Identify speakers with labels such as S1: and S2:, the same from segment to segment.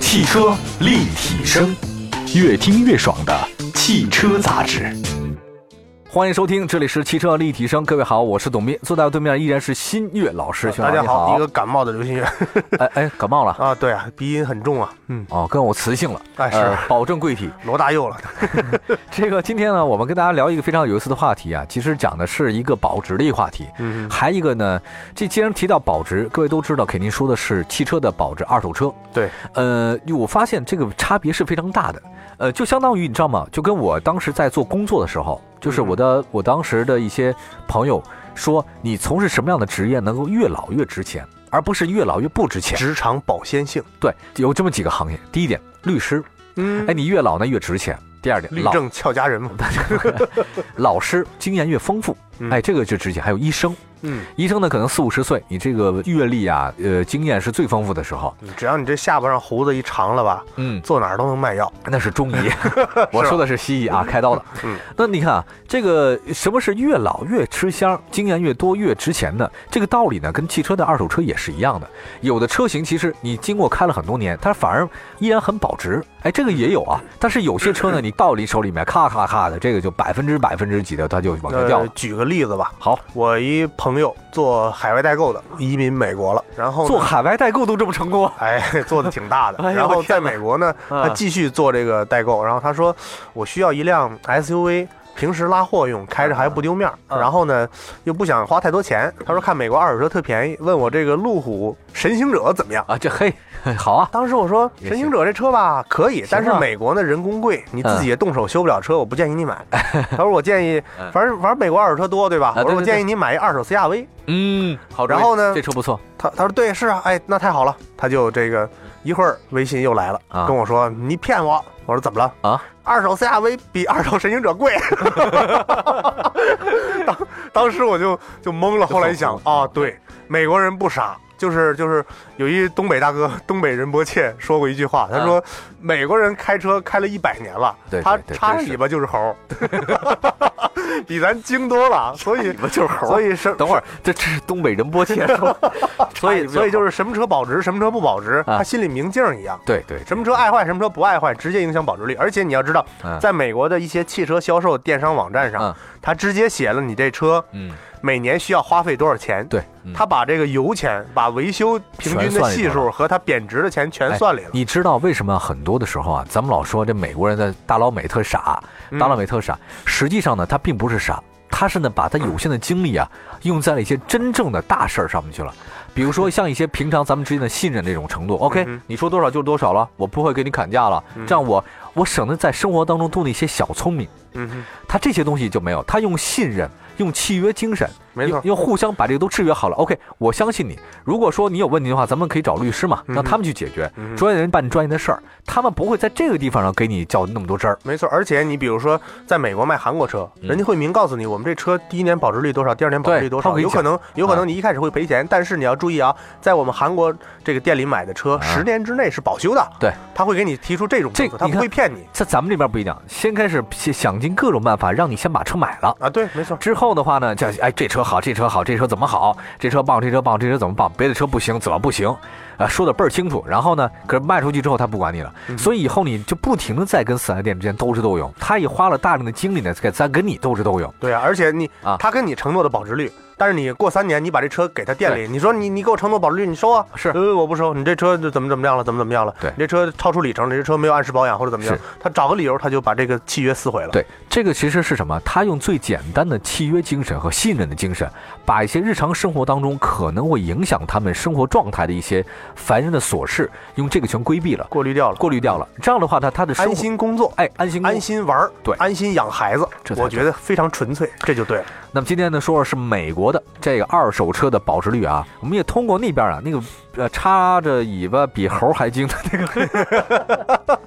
S1: 汽车立体声，越听越爽的汽车杂志。
S2: 欢迎收听，这里是汽车立体声。各位好，我是董斌，坐在我对面依然是新月老师。轩
S3: 啊
S2: 老
S3: 大
S2: 师
S3: 家
S2: 你
S3: 好，
S2: 好
S3: 一，个感冒的流行 乐
S2: 哎哎，感冒了
S3: 啊，对啊，鼻音很重啊，嗯，
S2: 哦，跟我磁性了，
S3: 哎是
S2: 呃保证贵体。
S3: 罗大佑了，
S2: 这个今天呢，我们跟大家聊一个非常有意思的话题啊，其实讲的是一个保值的一个话题。
S3: 嗯，
S2: 还一个呢，这既然提到保值，各位都知道，肯定说的是汽车的保值，二手车。
S3: 对，
S2: 呃，我发现这个差别是非常大的。呃，就相当于你知道吗？就跟我当时在做工作的时候，就是
S3: 嗯
S2: 我的、我当时的一些朋友说，你从事什么样的职业能够越老越值钱，而不是越老越不值钱。
S3: 职场保鲜性，
S2: 对，有这么几个行业。第一点，律师，
S3: 嗯
S2: 哎，，你越老呢越值钱。第二点，
S3: 律
S2: 老
S3: 政俏佳人嘛，
S2: 老师经验越丰富，
S3: 嗯
S2: 哎，这个就值钱。还有医生，
S3: 嗯，
S2: 医生呢可能四五十岁，你这个阅历啊，呃，经验是最丰富的时候。
S3: 只要你这下巴上胡子一长了吧，
S2: 嗯，
S3: 坐哪儿都能卖药，
S2: 那是中医， 我说的是西医啊，开刀的。
S3: 嗯，
S2: 那你看啊，这个什么是越老越吃香，经验越多越值钱呢？这个道理呢，跟汽车的二手车也是一样的。有的车型其实你经过开了很多年，它反而依然很保值。哎，这个也有啊。但是有些车呢，你到你手里面咔咔咔的，这个就百分之百分之几的，它就往下掉
S3: 呃
S2: 了，。
S3: 举个例子吧，
S2: 好，
S3: 我一朋友做海外代购的，移民美国了，然后
S2: 做
S3: 呢。
S2: 海外代购都这么成功啊？
S3: 哎， 做的挺大的。
S2: 哎呦
S3: 然
S2: 我
S3: 后
S2: 天
S3: 在
S2: 哪
S3: 美国呢，他
S2: 嗯
S3: 继续做这个代购。然后他说，我需要一辆 SUV，平时拉货用，开着还不丢面儿。
S2: 嗯
S3: 然后呢，又不想花太多钱。他说看美国二手车特便宜，问我这个路虎神行者怎么样。
S2: 啊，这嘿，好啊，
S3: 当时我说
S2: 也行
S3: 神行者这车吧可以，但是
S2: 行啊
S3: 美国呢人工贵，你自己也动手修不了车，我不建议你 买。他说我建议
S2: 嗯，
S3: 反正反正美国二手车多对吧？
S2: 啊
S3: 我
S2: 对
S3: 说我
S2: 对对
S3: 建议你买一二手 CRV。
S2: 嗯，好主意。
S3: 然后呢
S2: 这车不错，
S3: 他他说对是啊，哎，那太好了，他就这个一会儿微信又来了，
S2: 啊
S3: 跟我说你骗我，我说怎么了
S2: 啊？
S3: 二手 CRV 比二手神行 者贵，当当时我就就懵了，后来一想啊，对，美国人不傻。就是就是有一东北大哥，东北仁波切说过一句话，他说、美国人开车开了一百年了，
S2: 啊对
S3: 他
S2: 对对
S3: 插
S2: 真是
S3: 尾巴就是 猴儿，比咱精多了，所 以
S2: 们就是猴
S3: 所以是
S2: 等会儿，这这是东北仁波切 说，
S3: 所以所以就是是什么车保值，什么车不保值，
S2: 啊
S3: 它心里明镜儿一样。
S2: 对对，
S3: 什么车爱坏，什么车不爱坏，直接影响保值率。而且你要知道
S2: 嗯，
S3: 在美国的一些汽车销售电商网站
S2: 嗯
S3: 上，它直接写了你这车
S2: 嗯，
S3: 每年需要花费多少钱。，
S2: 对，嗯
S3: 它把这个油钱、把维修平均
S2: 全
S3: 的
S2: 算里
S3: 系
S2: 头
S3: 数和它贬值的钱全
S2: 哎
S3: 算里了。
S2: 你知道为什么很多的时候啊，咱们老说这美国人的大老美特傻，
S3: 嗯
S2: 大老美特傻，实际上呢，他并不是傻，他是呢把他有限的精力啊，
S3: 嗯
S2: 用在了一些真正的大事儿上面去了。比如 说像一些平常咱们之间的信任这种程度，OK，、
S3: 嗯哼
S2: 你说多少就是多少了，我不会给你砍价了，这样我我省得在生活当中多那些小聪明。
S3: 嗯哼，
S2: 他这些东西就没有，他用信任，用契约精神，
S3: 没错
S2: 用用互相把这个都制约好了。OK，我相信你。如果说你有问题的话，咱们可以找律师嘛，
S3: 嗯哼
S2: 让他们去解决。
S3: 嗯哼
S2: 专业人办专业的事儿，他们不会在这个地方上给你较那么多真儿。
S3: 没错。而且你比如说，在美国卖韩国车，
S2: 嗯
S3: 人家会明告诉你，我们这车第一年保值率多少，第二年保值率多
S2: 对他
S3: 少，
S2: 会
S3: 有
S2: 讲
S3: 可能有
S2: 啊
S3: 可能你一开始会赔钱，但是你要注意啊，在我们韩国这个店里买的车，十年之内是保修的。
S2: 啊对，
S3: 他会给你提出这种政
S2: 这
S3: 策，他
S2: 你
S3: 不
S2: 看
S3: 会骗你
S2: 在咱们这边不一样，先开始想想尽各种办法让你先把车买了。
S3: 啊。对，没错。
S2: 之后的话呢，这哎这车好，这车好，这车怎么好？这车棒，这车棒，这车怎么棒？别的车不行，怎么不行？啊，说的倍儿清楚。然后呢，可是卖出去之后他不管你了，
S3: 嗯
S2: 所以以后你就不停的在跟四 S 店之间斗智斗勇。他也花了大量的精力呢，在在跟你斗智斗勇。
S3: 对啊，而且你
S2: 啊
S3: 他跟你承诺的保值率，但是你过三年你把这车给他店里，你说你你给我承诺保值率，你收啊？
S2: 是
S3: 呃，我不收，你这车就怎么怎么样了，怎么怎么样了？
S2: 对
S3: 你这车超出里程，你这车没有按时保养或者怎么样
S2: 是，
S3: 他找个理由他就把这个契约撕毁了。
S2: 对，这个其实是什么？他用最简单的契约精神和信任的精神，把一些日常生活当中可能会影响他们生活状态的一些烦人的琐事，用这个全规避了、
S3: 过滤掉了。
S2: 过滤掉了。这样的话呢，他的生活
S3: 安，心工作，
S2: 哎，安心工作
S3: 安心玩儿，
S2: 对
S3: 安心养孩子
S2: 这，才
S3: 我觉得非常纯粹，这就对了。
S2: 那么今天呢，说说是美国的这个二手车的保值率啊，我们也通过那边啊那个呃插着尾巴比猴还精的那个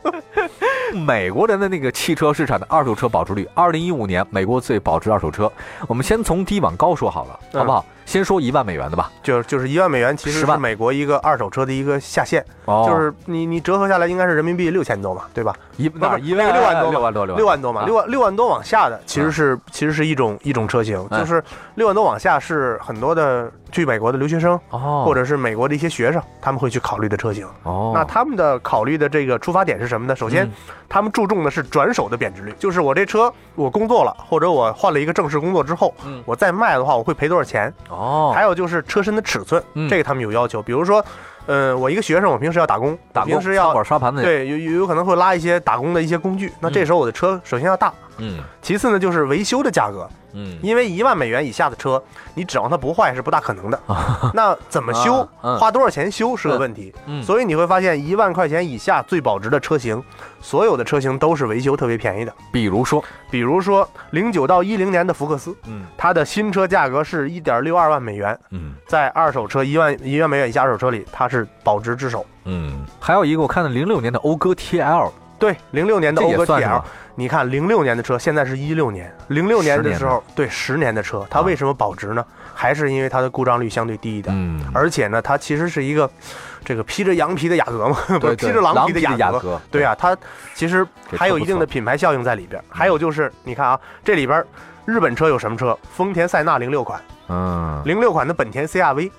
S2: 美国人的那个汽车市场的二手车保值率，二零一五年美国最保值二手车，我们先从低往高说好了，
S3: 嗯
S2: 好不好？先说一万美元的吧，
S3: 就是就是一万美元，其实
S2: 10
S3: 是
S2: 万
S3: 美国一个二手车的一个下限，
S2: 哦
S3: 就是你你折合下来应该是人民币六千多嘛，对吧？
S2: 一
S3: 不
S2: 哪
S3: 是
S2: 一
S3: 那
S2: 万
S3: 个六万多
S2: 六万多六
S3: 六万多嘛，
S2: 啊
S3: 六万六万多往下的其实
S2: 嗯
S3: 是其实是一种一种车型，
S2: 哎
S3: 就是六万多往下是很多的去美国的留学生
S2: 哦，
S3: 或
S2: 者
S3: 者是美国的一些学生他们会去考虑的车型。
S2: 哦，
S3: 那他们的考虑的这个出发点是什么呢？首先
S2: 嗯，
S3: 他们注重的是转手的贬值率，就是我这车我工作了，或者我换了一个正式工作之后
S2: 嗯，
S3: 我再卖的话，我会赔多少钱？
S2: 哦
S3: 还有就是车身的尺寸，
S2: 嗯
S3: 这个他们有要求。比如说，呃，我一个学生，我平时要打工，
S2: 打
S3: 我
S2: 工
S3: 平时要
S2: 餐馆刷盘子去，
S3: 对有有有可能会拉一些打工的一些工具。那这时候我的车首先要大，
S2: 嗯
S3: 其次呢就是维修的价格，
S2: 嗯，
S3: 因为一万美元以下的车，你指望它不坏是不大可 能的。那怎么修
S2: 啊，嗯
S3: 花多少钱修是个问题。
S2: 嗯
S3: 所以你会发现，一万块钱以下最保值的车型，所有的车型都是维修特别便宜的。
S2: 比如说
S3: 比如说零九到一零年的福克斯，
S2: 嗯
S3: 它的新车价格是一点六二万美元，
S2: 嗯。
S3: 在二手车一万一万美元以下二手车里，它是保值之首。
S2: 嗯，还有一个我看的零六年的讴歌 TL，
S3: 对，零六年的
S2: 这
S3: 讴
S2: 也
S3: 歌
S2: 算是
S3: TL，
S2: 吧？
S3: 你看零六年的车，现在是一六年，零六年
S2: 10
S3: 的
S2: 年
S3: 时候，对，十年的车，它
S2: 啊
S3: 为什么保值呢？还是因为它的故障率相对低一点，
S2: 嗯，
S3: 而且呢，它其实是一个这个披着羊皮的雅阁嘛，不
S2: 对对
S3: 是披着狼
S2: 狼
S3: 皮的
S2: 皮
S3: 雅阁。
S2: 阁，
S3: 对啊，它其实
S2: 这
S3: 还有
S2: 车不
S3: 一定
S2: 错嗯
S3: 的品牌效应在里边。还有就是，你看啊，这里边日本车有什么车？丰田塞纳零六款，
S2: 嗯，
S3: 零六款的本田 CRV，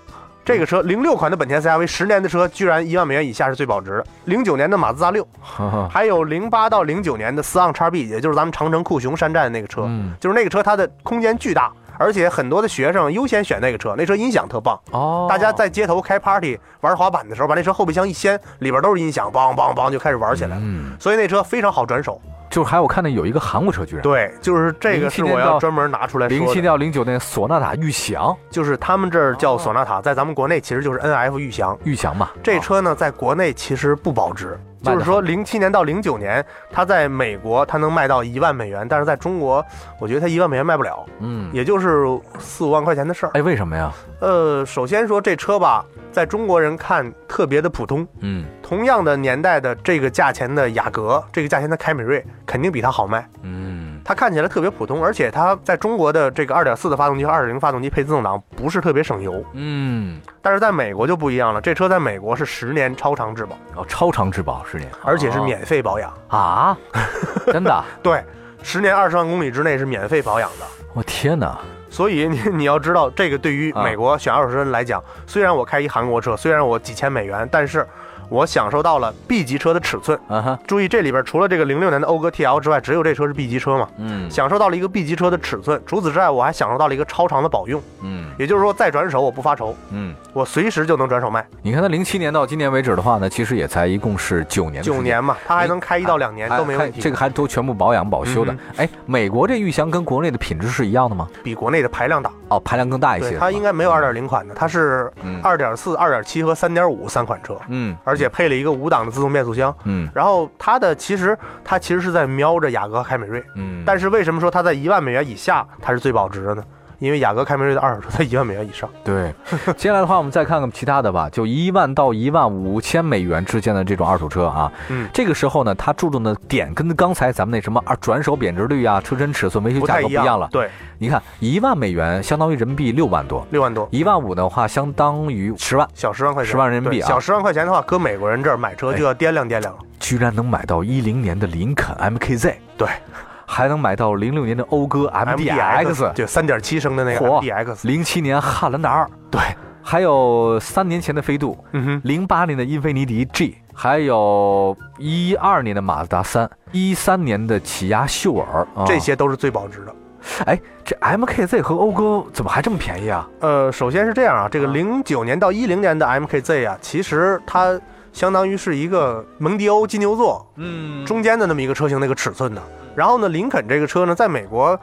S3: 这个车零六款的本田 CRV 十年的车居然一万美元以下是最保值的。零九年的马自达六，
S2: 哈哈
S3: 还有零八到零九年的思昂 XB，也就是咱们长城酷熊山寨的那个车，
S2: 嗯
S3: 就是那个车它的空间巨大，而且很多的学生优先选那个车，那车音响特棒。
S2: 哦，
S3: 大家在街头开 party 玩滑板的时候，把那车后备箱一掀，里边都是音响，梆梆梆就开始玩起来了。
S2: 嗯，
S3: 所以那车非常好转手。
S2: 就是还有我看到有一个韩国车居然，
S3: 对，就是这个是我要专门拿出来
S2: 零
S3: 说
S2: 七
S3: 的，
S2: 到零九那索纳塔玉祥，
S3: 就是他们这儿叫索纳
S2: 哦
S3: 塔，在咱们国内其实就是 NF 玉祥。
S2: 玉祥嘛，啊
S3: 这车呢，在国内其实不保值，
S2: 哦卖得好
S3: 就是说零七年到零九年，它在美国它能卖到一万美元，但是在中国，我觉得它一万美元卖不了，
S2: 嗯，
S3: 也就是四五万块钱的事儿。
S2: 哎，为什么呀？
S3: 呃，首先说这车吧，在中国人看特别的普通，
S2: 嗯
S3: 同样的年代的这个价钱的雅阁，这个价钱的凯美瑞肯定比它好卖。
S2: 嗯
S3: 它看起来特别普通，而且它在中国的这个2.4的发动机和2.0发动机配自动挡不是特别省油，
S2: 嗯，
S3: 但是在美国就不一样了。这车在美国是十年超长质保，
S2: 哦，超长质保十年，
S3: 而且是免费保养。
S2: 啊， 真的，
S3: 对，十年二十万公里之内是免费保养的。
S2: 我天哪，
S3: 所以你你要知道，这个对于
S2: 啊
S3: 美国选二手车人来讲，虽然我开一韩国车，虽然我几千美元，但是我享受到了 B 级车的尺寸。
S2: 啊哈，
S3: 注意，这里边除了这个零六年的讴歌 TL 之外，只有这车是 B 级车嘛，
S2: 嗯
S3: 享受到了一个 B 级车的尺寸。除此之外，我还享受到了一个超长的保用，
S2: 嗯
S3: 也就是说再转手我不发愁，
S2: 嗯，
S3: 我随时就能转手卖，
S2: 你看它零七年到今年为止的话呢，其实也才一共是九年的时
S3: 九
S2: 间，
S3: 年嘛，它还能开一到两年
S2: 哎
S3: 都没
S2: 还
S3: 问题。
S2: 这个还都全部保养保修的
S3: 嗯。
S2: 哎，美国这玉香跟国内的品质是一样的吗？
S3: 比国内的排量大，
S2: 哦，排量更大一些
S3: 对，
S2: 是吧。
S3: 它应该没有二点零款的，它是
S2: 嗯
S3: 二点四、二点七和三点五三款车，
S2: 嗯
S3: 而且配了一个五档的自动变速箱。
S2: 嗯
S3: 然后它的其实它其实是在瞄着雅阁、凯美瑞，
S2: 嗯，
S3: 但
S2: 是
S3: 是为什么说它在一万美元以下它是最保值的呢？因为雅阁、凯美瑞的二手车 在一万美元以上。
S2: 对，接下来的话我们再看看其他的吧，就一万到一万五千美元之间的这种二手车啊，
S3: 嗯
S2: 这个时候呢，它注重的点跟刚才咱们那什么啊转手贬值率啊、车身尺寸、维修
S3: 不
S2: 价
S3: 太
S2: 格不
S3: 一
S2: 一样了。
S3: 对，
S2: 你看，一万美元相当于人民币六万多，
S3: 六万多，
S2: 一万五的话相当于十万，
S3: 小十万块钱，
S2: 10万人民币
S3: 对
S2: 啊哎
S3: 小十万块钱的话，搁美国人这儿买车就要掂量掂量了。
S2: 居然能买到一零年的林肯 MKZ，
S3: 对，
S2: 还能买到零六年的讴歌 MDX，
S3: 就三点七升的那个
S2: 嚯
S3: MDX，
S2: 零七年汉兰达二，
S3: 对，
S2: 还有三年前的飞度，
S3: 嗯哼，
S2: 零八年的英菲尼迪 G，还有一二年的马自达三，一三年的起亚秀尔，啊
S3: 这些都是最保值的。
S2: 这 MKZ 和讴歌怎么还这么便宜啊？
S3: 呃，首先是这样啊，这个
S2: 啊
S3: 零九年到一零年的 MKZ 啊，其实它相当于是一个蒙迪欧金牛座
S2: 嗯
S3: 中间的那么一个车型那个尺寸的。然后呢，林肯这个车呢，在美国，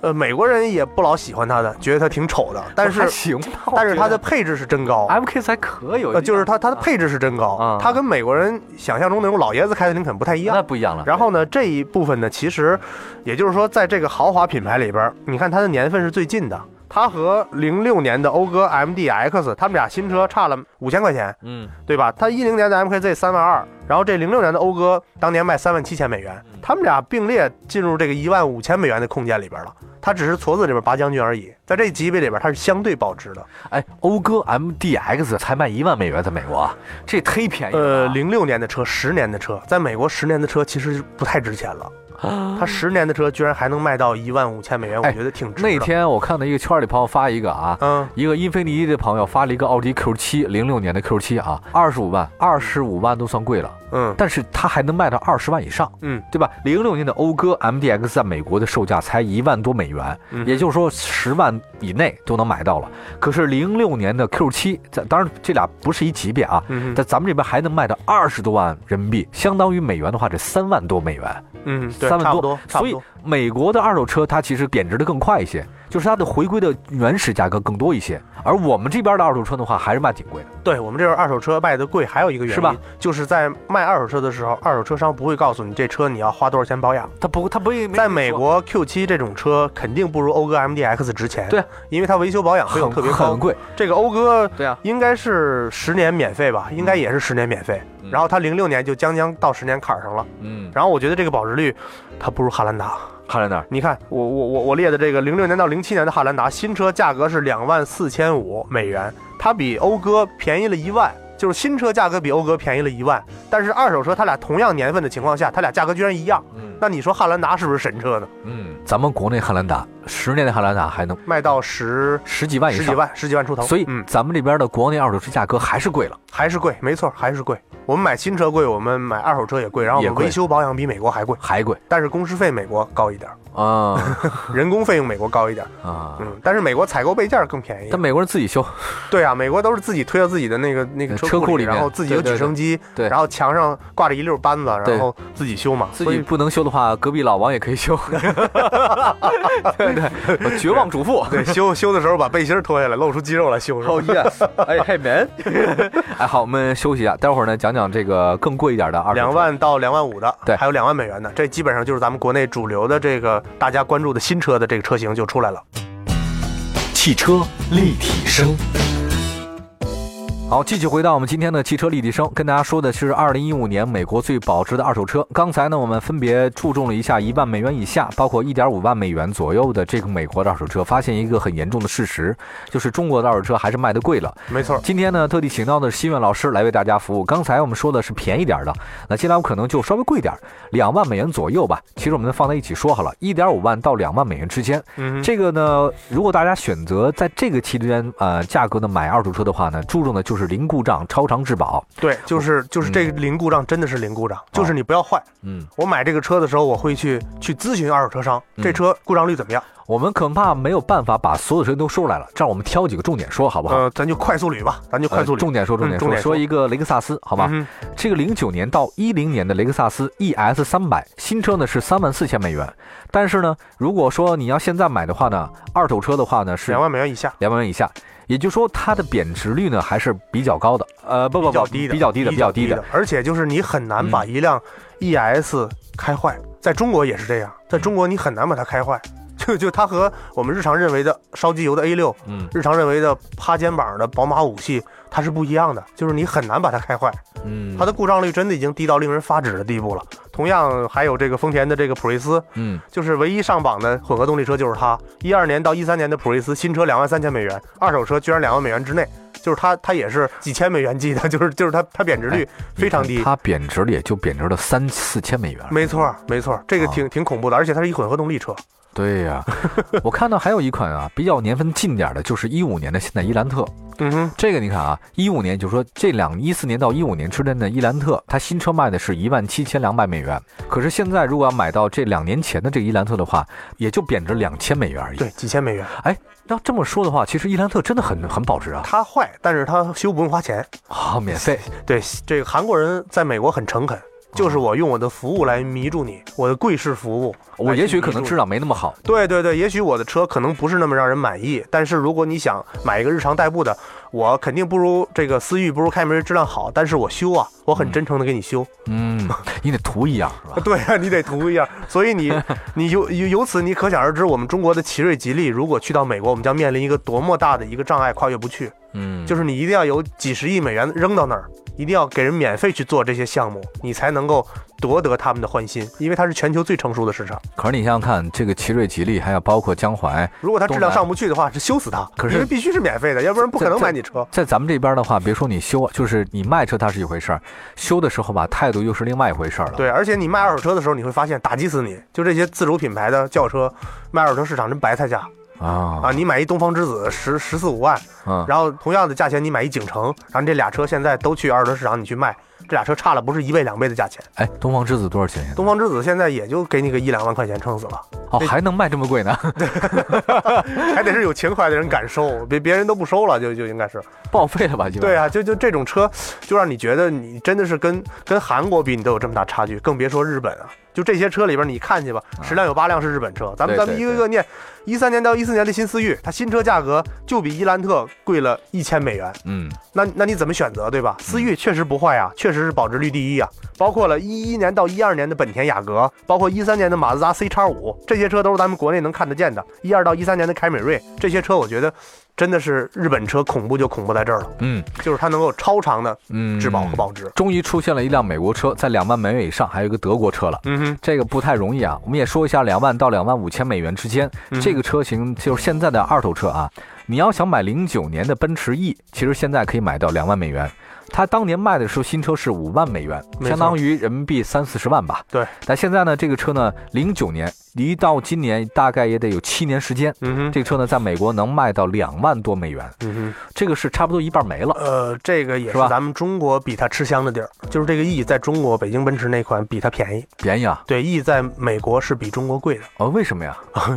S3: 呃，美国人也不老喜欢它的，觉得它挺丑的，但是
S2: 还行吧，我
S3: 但是
S2: 觉
S3: 它
S2: 得
S3: 的配置是真高。
S2: MKZ 还可以，
S3: 呃，就是它它的配置是真高
S2: 啊，
S3: 它跟美国人想象中那种老爷子开的林肯不太一样
S2: 那。不一样了。
S3: 然后呢，这一部分呢，其实也就是说，在这个豪华品牌里边儿，你看它的年份是最近的，它和零六年的讴歌 MDX，他们俩新车差了五千块钱，
S2: 嗯，
S3: 对吧？它一零年的 MKZ 三万二，然后这零六年的讴歌当年卖三万七千美元，他们俩并列进入这个一万五千美元的空间里边了。它只是矬子里边拔将军而已，在这级别里边它是相对保值的。
S2: 哎，讴歌 MDX 才卖一万美元，在美国啊，这忒便宜了
S3: 呃，
S2: 啊。
S3: 零六年的车，十年的车，在美国十年的车其实不太值钱了。它十年的车居然还能卖到一万五千美元，我
S2: 啊哎
S3: 觉得挺值的。
S2: 那天我看到一个圈里朋友发一个啊，
S3: 嗯，
S2: 一个英菲尼迪的朋友发了一个奥迪 Q 7零六年的 Q 7啊，二十五万，二十五万都算贵了，
S3: 嗯
S2: 但是它还能卖到二十万以上，
S3: 嗯
S2: 对吧？零六年的讴歌 MDX 在美国的售价才一万多美元，
S3: 嗯，
S2: 也就是说十万以内都能买到了。可是零六年的 Q 7在当然这俩不是一级别啊，
S3: 嗯
S2: 在咱们这边还能卖到二十多万人民币，相当于美元的话，这三万多美元。
S3: 嗯，对，
S2: 三
S3: 差
S2: 万
S3: 不多，差
S2: 所
S3: 不
S2: 以
S3: 多。
S2: 美国的二手车它其实贬值的更快一些，就是它的回归的原始价格更多一些。而我们这边的二手车的话，还是卖挺贵的。
S3: 对我们这边二手车卖的贵，还有一个原
S2: 是吧
S3: 因就是在卖二手车的时候，二手车商不会告诉你这车你要花多少钱保养。
S2: 它不，它不会没
S3: 在美国 Q 7这种车肯定不如讴歌 MDX 值钱，
S2: 对，
S3: 因为它维修保养费
S2: 很
S3: 用特别
S2: 很
S3: 高。
S2: 贵，
S3: 这个讴歌
S2: 对啊，
S3: 应该是十年免费吧，应该也是十年免费。
S2: 嗯
S3: 然后它零六年就将将到十年坎儿上了。
S2: 嗯，
S3: 然后我觉得这个保值率，它不如汉兰达。
S2: 看在那儿，
S3: 你看我我我我列的这个零六年到零七年的汉兰达新车价格是两万四千五美元，它比讴歌便宜了一万，就是新车价格比讴歌便宜了一万，但是二手车它俩同样年份的情况下，它俩价格居然一样，
S2: 嗯
S3: 那你说汉兰达是不是神车呢？
S2: 嗯，咱们国内汉兰达十年的汉兰达还能
S3: 卖到十
S2: 十几万以
S3: 十几
S2: 上。
S3: 万十几万出头，
S2: 所以
S3: 嗯，
S2: 咱们这边的国内二手车价格还是贵了，
S3: 还是贵，没错，还是贵。我们买新车贵，我们买二手车也贵，然后我
S2: 也
S3: 们
S2: 贵
S3: 维修保养比美国还贵，
S2: 还贵
S3: 但是工时费美国高 一点儿，
S2: 啊
S3: 人工费用美国高一点儿，
S2: 啊！
S3: 嗯，但是美国采购备件儿更便宜。
S2: 但美国人自己修，
S3: 对啊，美国都是自己推到自己的那个那个
S2: 呃
S3: 车
S2: 车库
S3: 里，
S2: 里面
S3: 然后自己有
S2: 对
S3: 直升机，
S2: 对对
S3: 然后墙上挂着一溜扳子，
S2: 对
S3: 然后自己修嘛。
S2: 自
S3: 所
S2: 己
S3: 以
S2: 不能修的话，隔壁老王也可以修。对 对，我绝望主妇。
S3: 对修修的时候把背心脱下来，露出肌肉来修是吧？
S2: yes，哎嘿 man，哎好，我们休息一下，待会儿呢讲讲这个更贵一点的二手车
S3: 两万到两万五的，
S2: 对
S3: 还有两万美元的，这基本上就是咱们国内主流的这个大家关注的新车的这个车型就出来了。
S1: 汽车立体声，
S2: 好，继续回到我们今天的汽车立体声，跟大家说的是二零一五年美国最保值的二手车。刚才呢，我们分别注重了一下一万美元以下，包括一点五万美元左右的这个美国的二手车，发现一个很严重的事实，就是中国的二手车还是卖的贵了。
S3: 没错，
S2: 今天呢，特地请到的是新苑老师来为大家服务。刚才我们说的是便宜点儿的，那接下来我可能就稍微贵点儿，两万美元左右吧。其实我们放在一起说好了，一点五万到两万美元之间。
S3: 嗯，
S2: 这个呢，如果大家选择在这个期间呃价格呢买二手车的话呢，注重的就是零故障、超长质保。
S3: 对，就是就是这个零故障真的是零故障，就是你不要坏。
S2: 嗯，
S3: 我买这个车的时候，我会去去咨询二手车商，
S2: 嗯
S3: 这车故障率怎么样？
S2: 我们恐怕没有办法把所有车都说出来了，这样我们挑几个重点说好不好？
S3: 呃，咱就快速捋吧，咱就快速
S2: 呃
S3: 捋，
S2: 重点说，重
S3: 嗯
S2: 点
S3: 重
S2: 说，
S3: 点说
S2: 说一个雷克萨斯，好
S3: 好
S2: 吧？这个零九年到一零年的雷克萨斯 ES 三百新车呢是三万四千美元，但是呢，如果说你要现在买的话呢，二手车的话呢是
S3: 两万美元以下，
S2: 两万元以下，也就是说它的贬值率呢还是比较高的，呃，不不不，
S3: 比较低的，
S2: 比较低的，比较低的。，嗯
S3: 而且就是你很难把一辆 ES 开坏，在中国也是这样，在中国你很难把它开坏。 就就它和我们日常认为的烧机油的 A 六，
S2: 嗯
S3: 日常认为的趴肩膀的宝马五系，它是不一样的，就是你很难把它开坏，
S2: 嗯，
S3: 它的故障率真的已经低到令人发指的地步了。同样还有这个丰田的这个普锐斯，
S2: 嗯
S3: 就是唯一上榜的混合动力车就是它。一二年到一三年的普锐斯新车两万三千美元，二手车居然两万美元之内，就是它它也是几千美元计的， 就是就是它它贬值率非常低。
S2: 哎它贬值也就贬值了三四千美元。
S3: 没错，没错，这个挺挺恐怖的，而且它是一混合动力车。
S2: 对呀、 我看到还有一款啊，比较年份近点儿的，就是一五年的现代伊兰特，
S3: 嗯哼，
S2: 这个你看啊，一五年就是说这两一四年到一五年之间的伊兰特，它新车卖的是一万七千两百美元，可是现在如果要买到这两年前的这个伊兰特的话，也就贬值两千美元而已。
S3: 对，，几千美元。
S2: 要这么说的话，其实伊兰特真的很很保值啊，
S3: 它坏，但是它修不用花钱。哎
S2: 啊，免费，
S3: 对，这个韩国人在美国很诚恳，就是我用我的服务来迷住你，我的贵式服务。
S2: 我也许可能
S3: 知
S2: 质
S3: 道。
S2: 量没那么好，
S3: 对对对，也许我的车可能不是那么让人满意，但是如果你想买一个日常代步的，我肯定不如这个思域，不如凯美瑞质量好，但是我修啊，我很真诚的给你修。
S2: 嗯，你得图一样是 吧？
S3: 对啊，你得图一样。所以你你由由由此你可想而知，我们中国的奇瑞、吉利如果去到美国，我们将面临一个多么大的一个障碍，跨越不去。
S2: 嗯，
S3: 就是你一定要有几十亿美元扔到那儿，一定要给人免费去做这些项目，你才能够夺得他们的欢心，因为它是全球最成熟的市场。
S2: 可是你想想看，这个奇瑞、吉利，还有包括江淮，
S3: 如果它质
S2: 东
S3: 量
S2: 南
S3: 上不去的话，是修死它。
S2: 可是
S3: 因为必须是免费的，要不然不可能
S2: 在
S3: 买你车。
S2: 在咱们这边的话，别说你修，就是你卖车它是一回事儿，修的时候吧，态度又是另外一回事儿了。，
S3: 对，而且你卖二手车的时候，你会发现打击死你，就这些自主品牌的轿车，卖二手车市场真白菜价啊！
S2: 啊，
S3: 你买一东方之子十十四五万，
S2: 嗯，
S3: 然后同样的价钱你买一景城，然后这俩车现在都去二手车市场你去卖，这俩车差了不是一倍两倍的价钱。
S2: 哎，东方之子多少钱？
S3: 东方之子现在也就给你个一两万块钱撑死了，
S2: 哦，还能卖这么贵呢？
S3: 还得是有情怀的人敢收，别别人都不收了，就就应该是。
S2: 报废了吧？基本
S3: 对啊，就就这种车，就让你觉得你真的是跟跟韩国比，你都有这么大差距，更别说日本啊。就这些车里边，你看去吧，十辆有八辆是日本车。咱们
S2: 啊对
S3: 咱们
S2: 对
S3: 一个个念，一三年到一四年的新思域，它新车价格就比伊兰特贵了一千美元。
S2: 嗯，
S3: 那那你怎么选择，对吧？思域确实不坏啊，确实是保值率第一啊。包括了一一年到一二年的本田雅阁，包括一三年的马自达 C 叉五，这些车都是咱们国内能看得见的。一二到一三年的凯美瑞，这些车我觉得真的是日本车恐怖就恐怖在这儿了。
S2: 嗯
S3: 就是它能够超长的
S2: 嗯，
S3: 质保和保值。
S2: 终于出现了一辆美国车，在两万美元以上，还有一个德国车了。
S3: 嗯哼，
S2: 这个不太容易啊，我们也说一下两万到两万五千美元之间，
S3: 嗯
S2: 这个车型就是现在的二手车啊。你要想买零九年的奔驰 E，其实现在可以买到两万美元。它当年卖的时候新车是五万美元，
S3: 没错
S2: 相当于人民币三四十万吧。
S3: 对。
S2: 但现在呢，这个车呢，零九年离到今年大概也得有七年时间，
S3: 嗯哼，
S2: 这个车呢在美国能卖到两万多美元，
S3: 嗯哼，
S2: 这个是差不多一半没了。
S3: 呃，这个也
S2: 是
S3: 是
S2: 吧
S3: 咱们中国比它吃香的地儿，就是这个 E 在中国北京奔驰那款比它便宜，
S2: 便宜啊？
S3: 对，E 在美国是比中国贵的。
S2: 哦，为什么呀？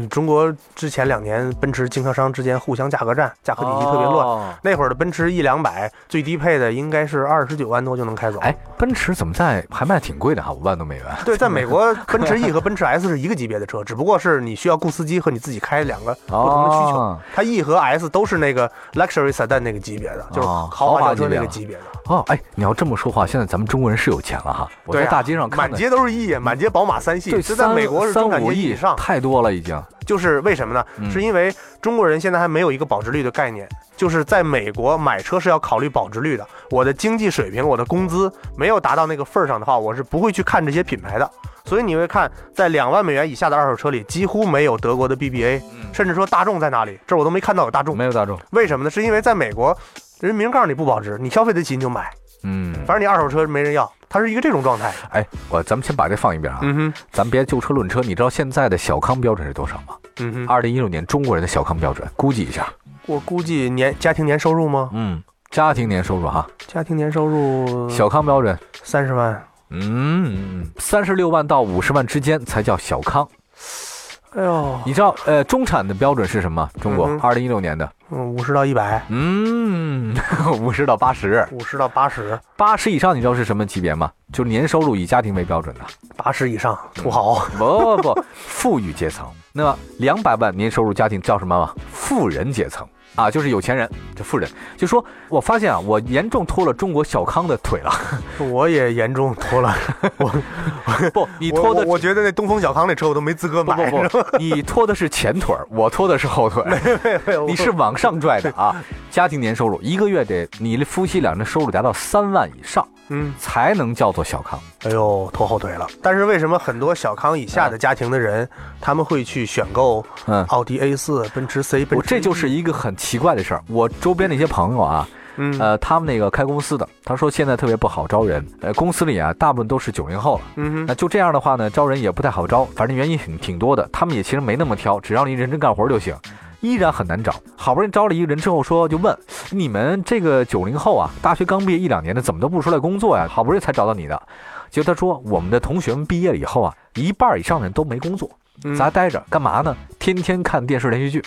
S3: 中国之前两年奔驰经销商之间互相价格战，价格体系特别乱。
S2: 乱。
S3: 那会儿的奔驰 E 两百最低配的应该是二十九万多就能开走。
S2: 哎，奔驰怎么在还卖挺贵的哈，五万多美元。
S3: 对，在美国，奔驰 E 和奔驰 S 是一个级别的车，只不过是你需要雇司机和你自己开两个不同的需求。
S2: 哦
S3: 它 E 和 S 都是那个 luxury sedan 那个级别的，就是
S2: 哦
S3: 豪
S2: 豪华
S3: 华轿
S2: 级
S3: 车
S2: 别
S3: 那个
S2: 了
S3: 级别的。
S2: 哦，哎，你要这么说话，现在咱们中国人是有钱了哈。我
S3: 对
S2: 在
S3: 啊
S2: 大街上看
S3: 满
S2: 的，
S3: 街都是 E，满街宝马三系，
S2: 对，
S3: 这在
S2: 三
S3: 美国是中
S2: 三
S3: 产
S2: 五
S3: 阶级
S2: 亿
S3: 以上。
S2: 太多了已经。
S3: 就是为什么呢？
S2: 嗯
S3: 是因为中国人现在还没有一个保值率的概念。就是在美国买车是要考虑保值率的。我的经济水平，我的工资没有达到那个份儿上的话，我是不会去看这些品牌的。所以你会看，在两万美元以下的二手车里，几乎没有德国的 BBA，
S2: 嗯
S3: 甚至说大众在哪里，这我都没看到有大众。
S2: 没有大众，
S3: 为什么呢？是因为在美国，人明告诉你不保值，你消费得起你就买，
S2: 嗯，
S3: 反正你二手车没人要，它是一个这种状态。啊
S2: 哎，我咱们先把这放一边啊，
S3: 嗯哼，
S2: 咱别就车论车。你知道现在的小康标准是多少吗？
S3: 嗯哼，
S2: 二零一六年中国人的小康标准，估计一下，
S3: 我估计年家庭年收入吗？
S2: 嗯，家庭年收入哈，
S3: 家庭年收入
S2: 小康标准，
S3: 三十万。
S2: 嗯，三十六万到五十万之间才叫小康。
S3: 哎呦，
S2: 你知道，呃，中产的标准是什么？中国
S3: 嗯哼
S2: 二零一六年的，
S3: 嗯，五十到一百，
S2: 嗯， 五十到八十，
S3: 五十到八十，
S2: 八十以上，你知道是什么级别吗？就是年收入以家庭为标准的，
S3: 八十以上土豪。
S2: 不不不，富裕阶层。那么两百万年收入家庭叫什么吗？富人阶层啊，就是有钱人，这富人。就说我发现啊，我严重拖了中国小康的腿了。
S3: 我也严重拖了，
S2: 不，你
S3: 我
S2: 拖的
S3: 我我觉得那东风小康那车我都没资格
S2: 不
S3: 买。
S2: 不不，你拖的是前腿儿，我拖的是后腿儿。
S3: 不
S2: 你是往上拽的啊！家庭年收入一个月得你的夫妻两人的收入达到三万以上，
S3: 嗯，
S2: 才能叫做小康。
S3: 哎呦，拖后腿了。但是为什么很多小康以下的家庭的人，他们会去选购
S2: 嗯，
S3: 奥迪 A 四、奔驰 C、奔
S2: 我
S3: 驰 E？
S2: 这就是一个很奇怪的事儿。我周边的一些朋友啊，
S3: 嗯
S2: 呃，他们那个开公司的，他说现在特别不好招人。呃，公司里啊，大部分都是九零后了。
S3: 嗯
S2: 那就这样的话呢，招人也不太好招，反正原因挺挺多的。他们也其实没那么挑，只要你认真干活就行，依然很难找。好不容易招了一个人之后说，就问你们这个九零后啊，大学刚毕业一两年的，怎么都不出来工作呀？好不容易才找到你的。结果他说，我们的同学们毕业了以后啊，一半以上的人都没工作，
S3: 嗯
S2: 在
S3: 哼，
S2: 家
S3: 咱
S2: 待着干嘛呢？天天看电视连续剧，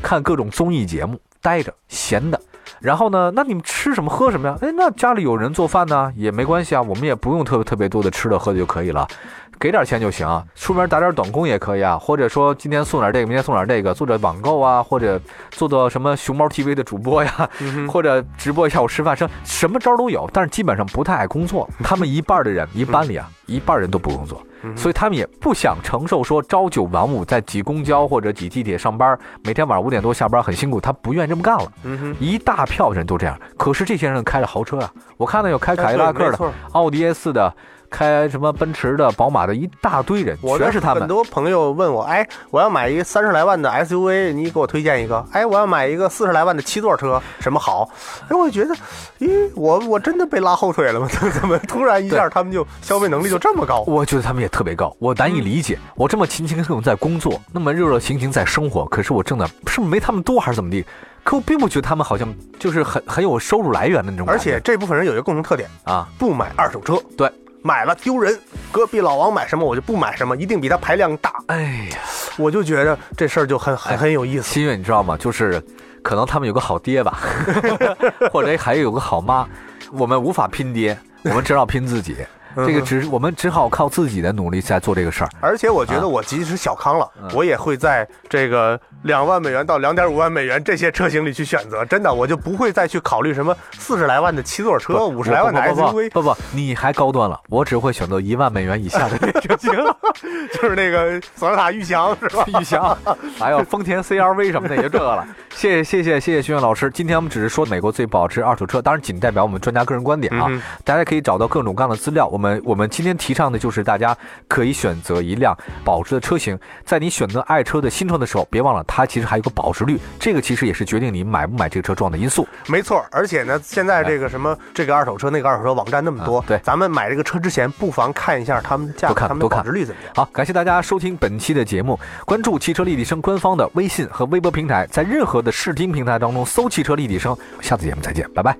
S2: 看各种综艺节目，待着，闲的。然后呢，那你们吃什么喝什么呀？哎，那家里有人做饭呢，也没关系啊，我们也不用特别特别多的吃的喝的就可以了，给点钱就行啊。出门打点短工也可以啊，或者说今天送点这个，明天送点这个，做点网购啊，或者做做什么熊猫 TV 的主播呀，
S3: 嗯 哼
S2: 或者直播一下我吃饭，什什么招儿都有，但是基本上不太爱工作。他们一半儿的人，一班里啊，一半儿人都不工作，
S3: 嗯哼
S2: 所以他们也不想承受说朝九晚五，在挤公交或者挤地铁上班，每天晚上五点多下班很辛苦，他不愿意这么干了。
S3: 嗯哼，
S2: 一大票人都这样，可是这些人开着豪车啊，我看到有开凯迪拉克
S3: 哎对没
S2: 的、
S3: 错
S2: 奥迪 A4 的，开什么奔驰的、宝马的，一大堆人，
S3: 我的
S2: 全是他
S3: 很
S2: 们。
S3: 多朋友问我，哎，我要买一个三十来万的 SUV，你给我推荐一个。哎，我要买一个四十来万的七座车，什么好？哎，我就觉得，咦，我我真的被拉后腿了吗？ 怎么突然一下他们就消费能力就这么高？
S2: 我觉得他们也特别高，我难
S3: 嗯
S2: 以理解。我这么勤勤恳恳在工作，那么热热情情在生活，可是我挣的是不是没他们多还是怎么地？可我并不觉得他们好像就是很很有收入来源的那种
S3: 而
S2: 感觉。
S3: 且这部分人有一个共同特点，
S2: 啊，
S3: 不买二手车。
S2: 对。
S3: 买了丢人，隔壁老王买什么我就不买什么，一定比他排量大。
S2: 哎呀，
S3: 我就觉得这事儿就很
S2: 哎
S3: 很很有意思。
S2: 心月你知道吗？就是可能他们有个好爹吧， 或者还有个好妈，我们无法拼爹，我们只好拼自己。这个
S3: 嗯
S2: 只是我们只好靠自己的努力在做这个事儿。
S3: 而且我觉得我即使小康了，
S2: 啊嗯
S3: 我也会在这个两万美元到两点五万美元这些车型里去选择。真的，我就不会再去考虑什么四十来万的七座车、
S2: 不
S3: 五十来万的
S2: 不不不
S3: SUV，
S2: 不不，你还高端了，我只会选择一万美元以下 的
S3: 就行了，就是那个索纳塔、玉翔是 吧？
S2: 玉翔，还有哎丰田 CRV 什么的，也就这个了。谢谢谢谢谢谢轩轩老师，今天我们只是说美国最保值二手车，当然仅代表我们专家个人观点啊。
S3: 嗯哼
S2: 大家可以找到各种各样的资料。我们我们今天提倡的就是大家可以选择一辆保值的车型，在你选择爱车的新车的时候，别忘了它其实还有个保值率，这个其实也是决定你买不买这个车重要的因素。
S3: 没错。而且呢，现在这个什么这个二手车、那个二手车网站那么多
S2: 哎啊，对
S3: 咱们买这个车之前，不妨看一下他们的价
S2: 多
S3: 格、
S2: 看
S3: 他们的
S2: 多看
S3: 保值率怎么样。
S2: 好，感谢大家收听本期的节目，关注汽车立体声官方的微信和微博平台，在任何的视听平台当中搜“汽车立体声”。下次节目再见，拜拜。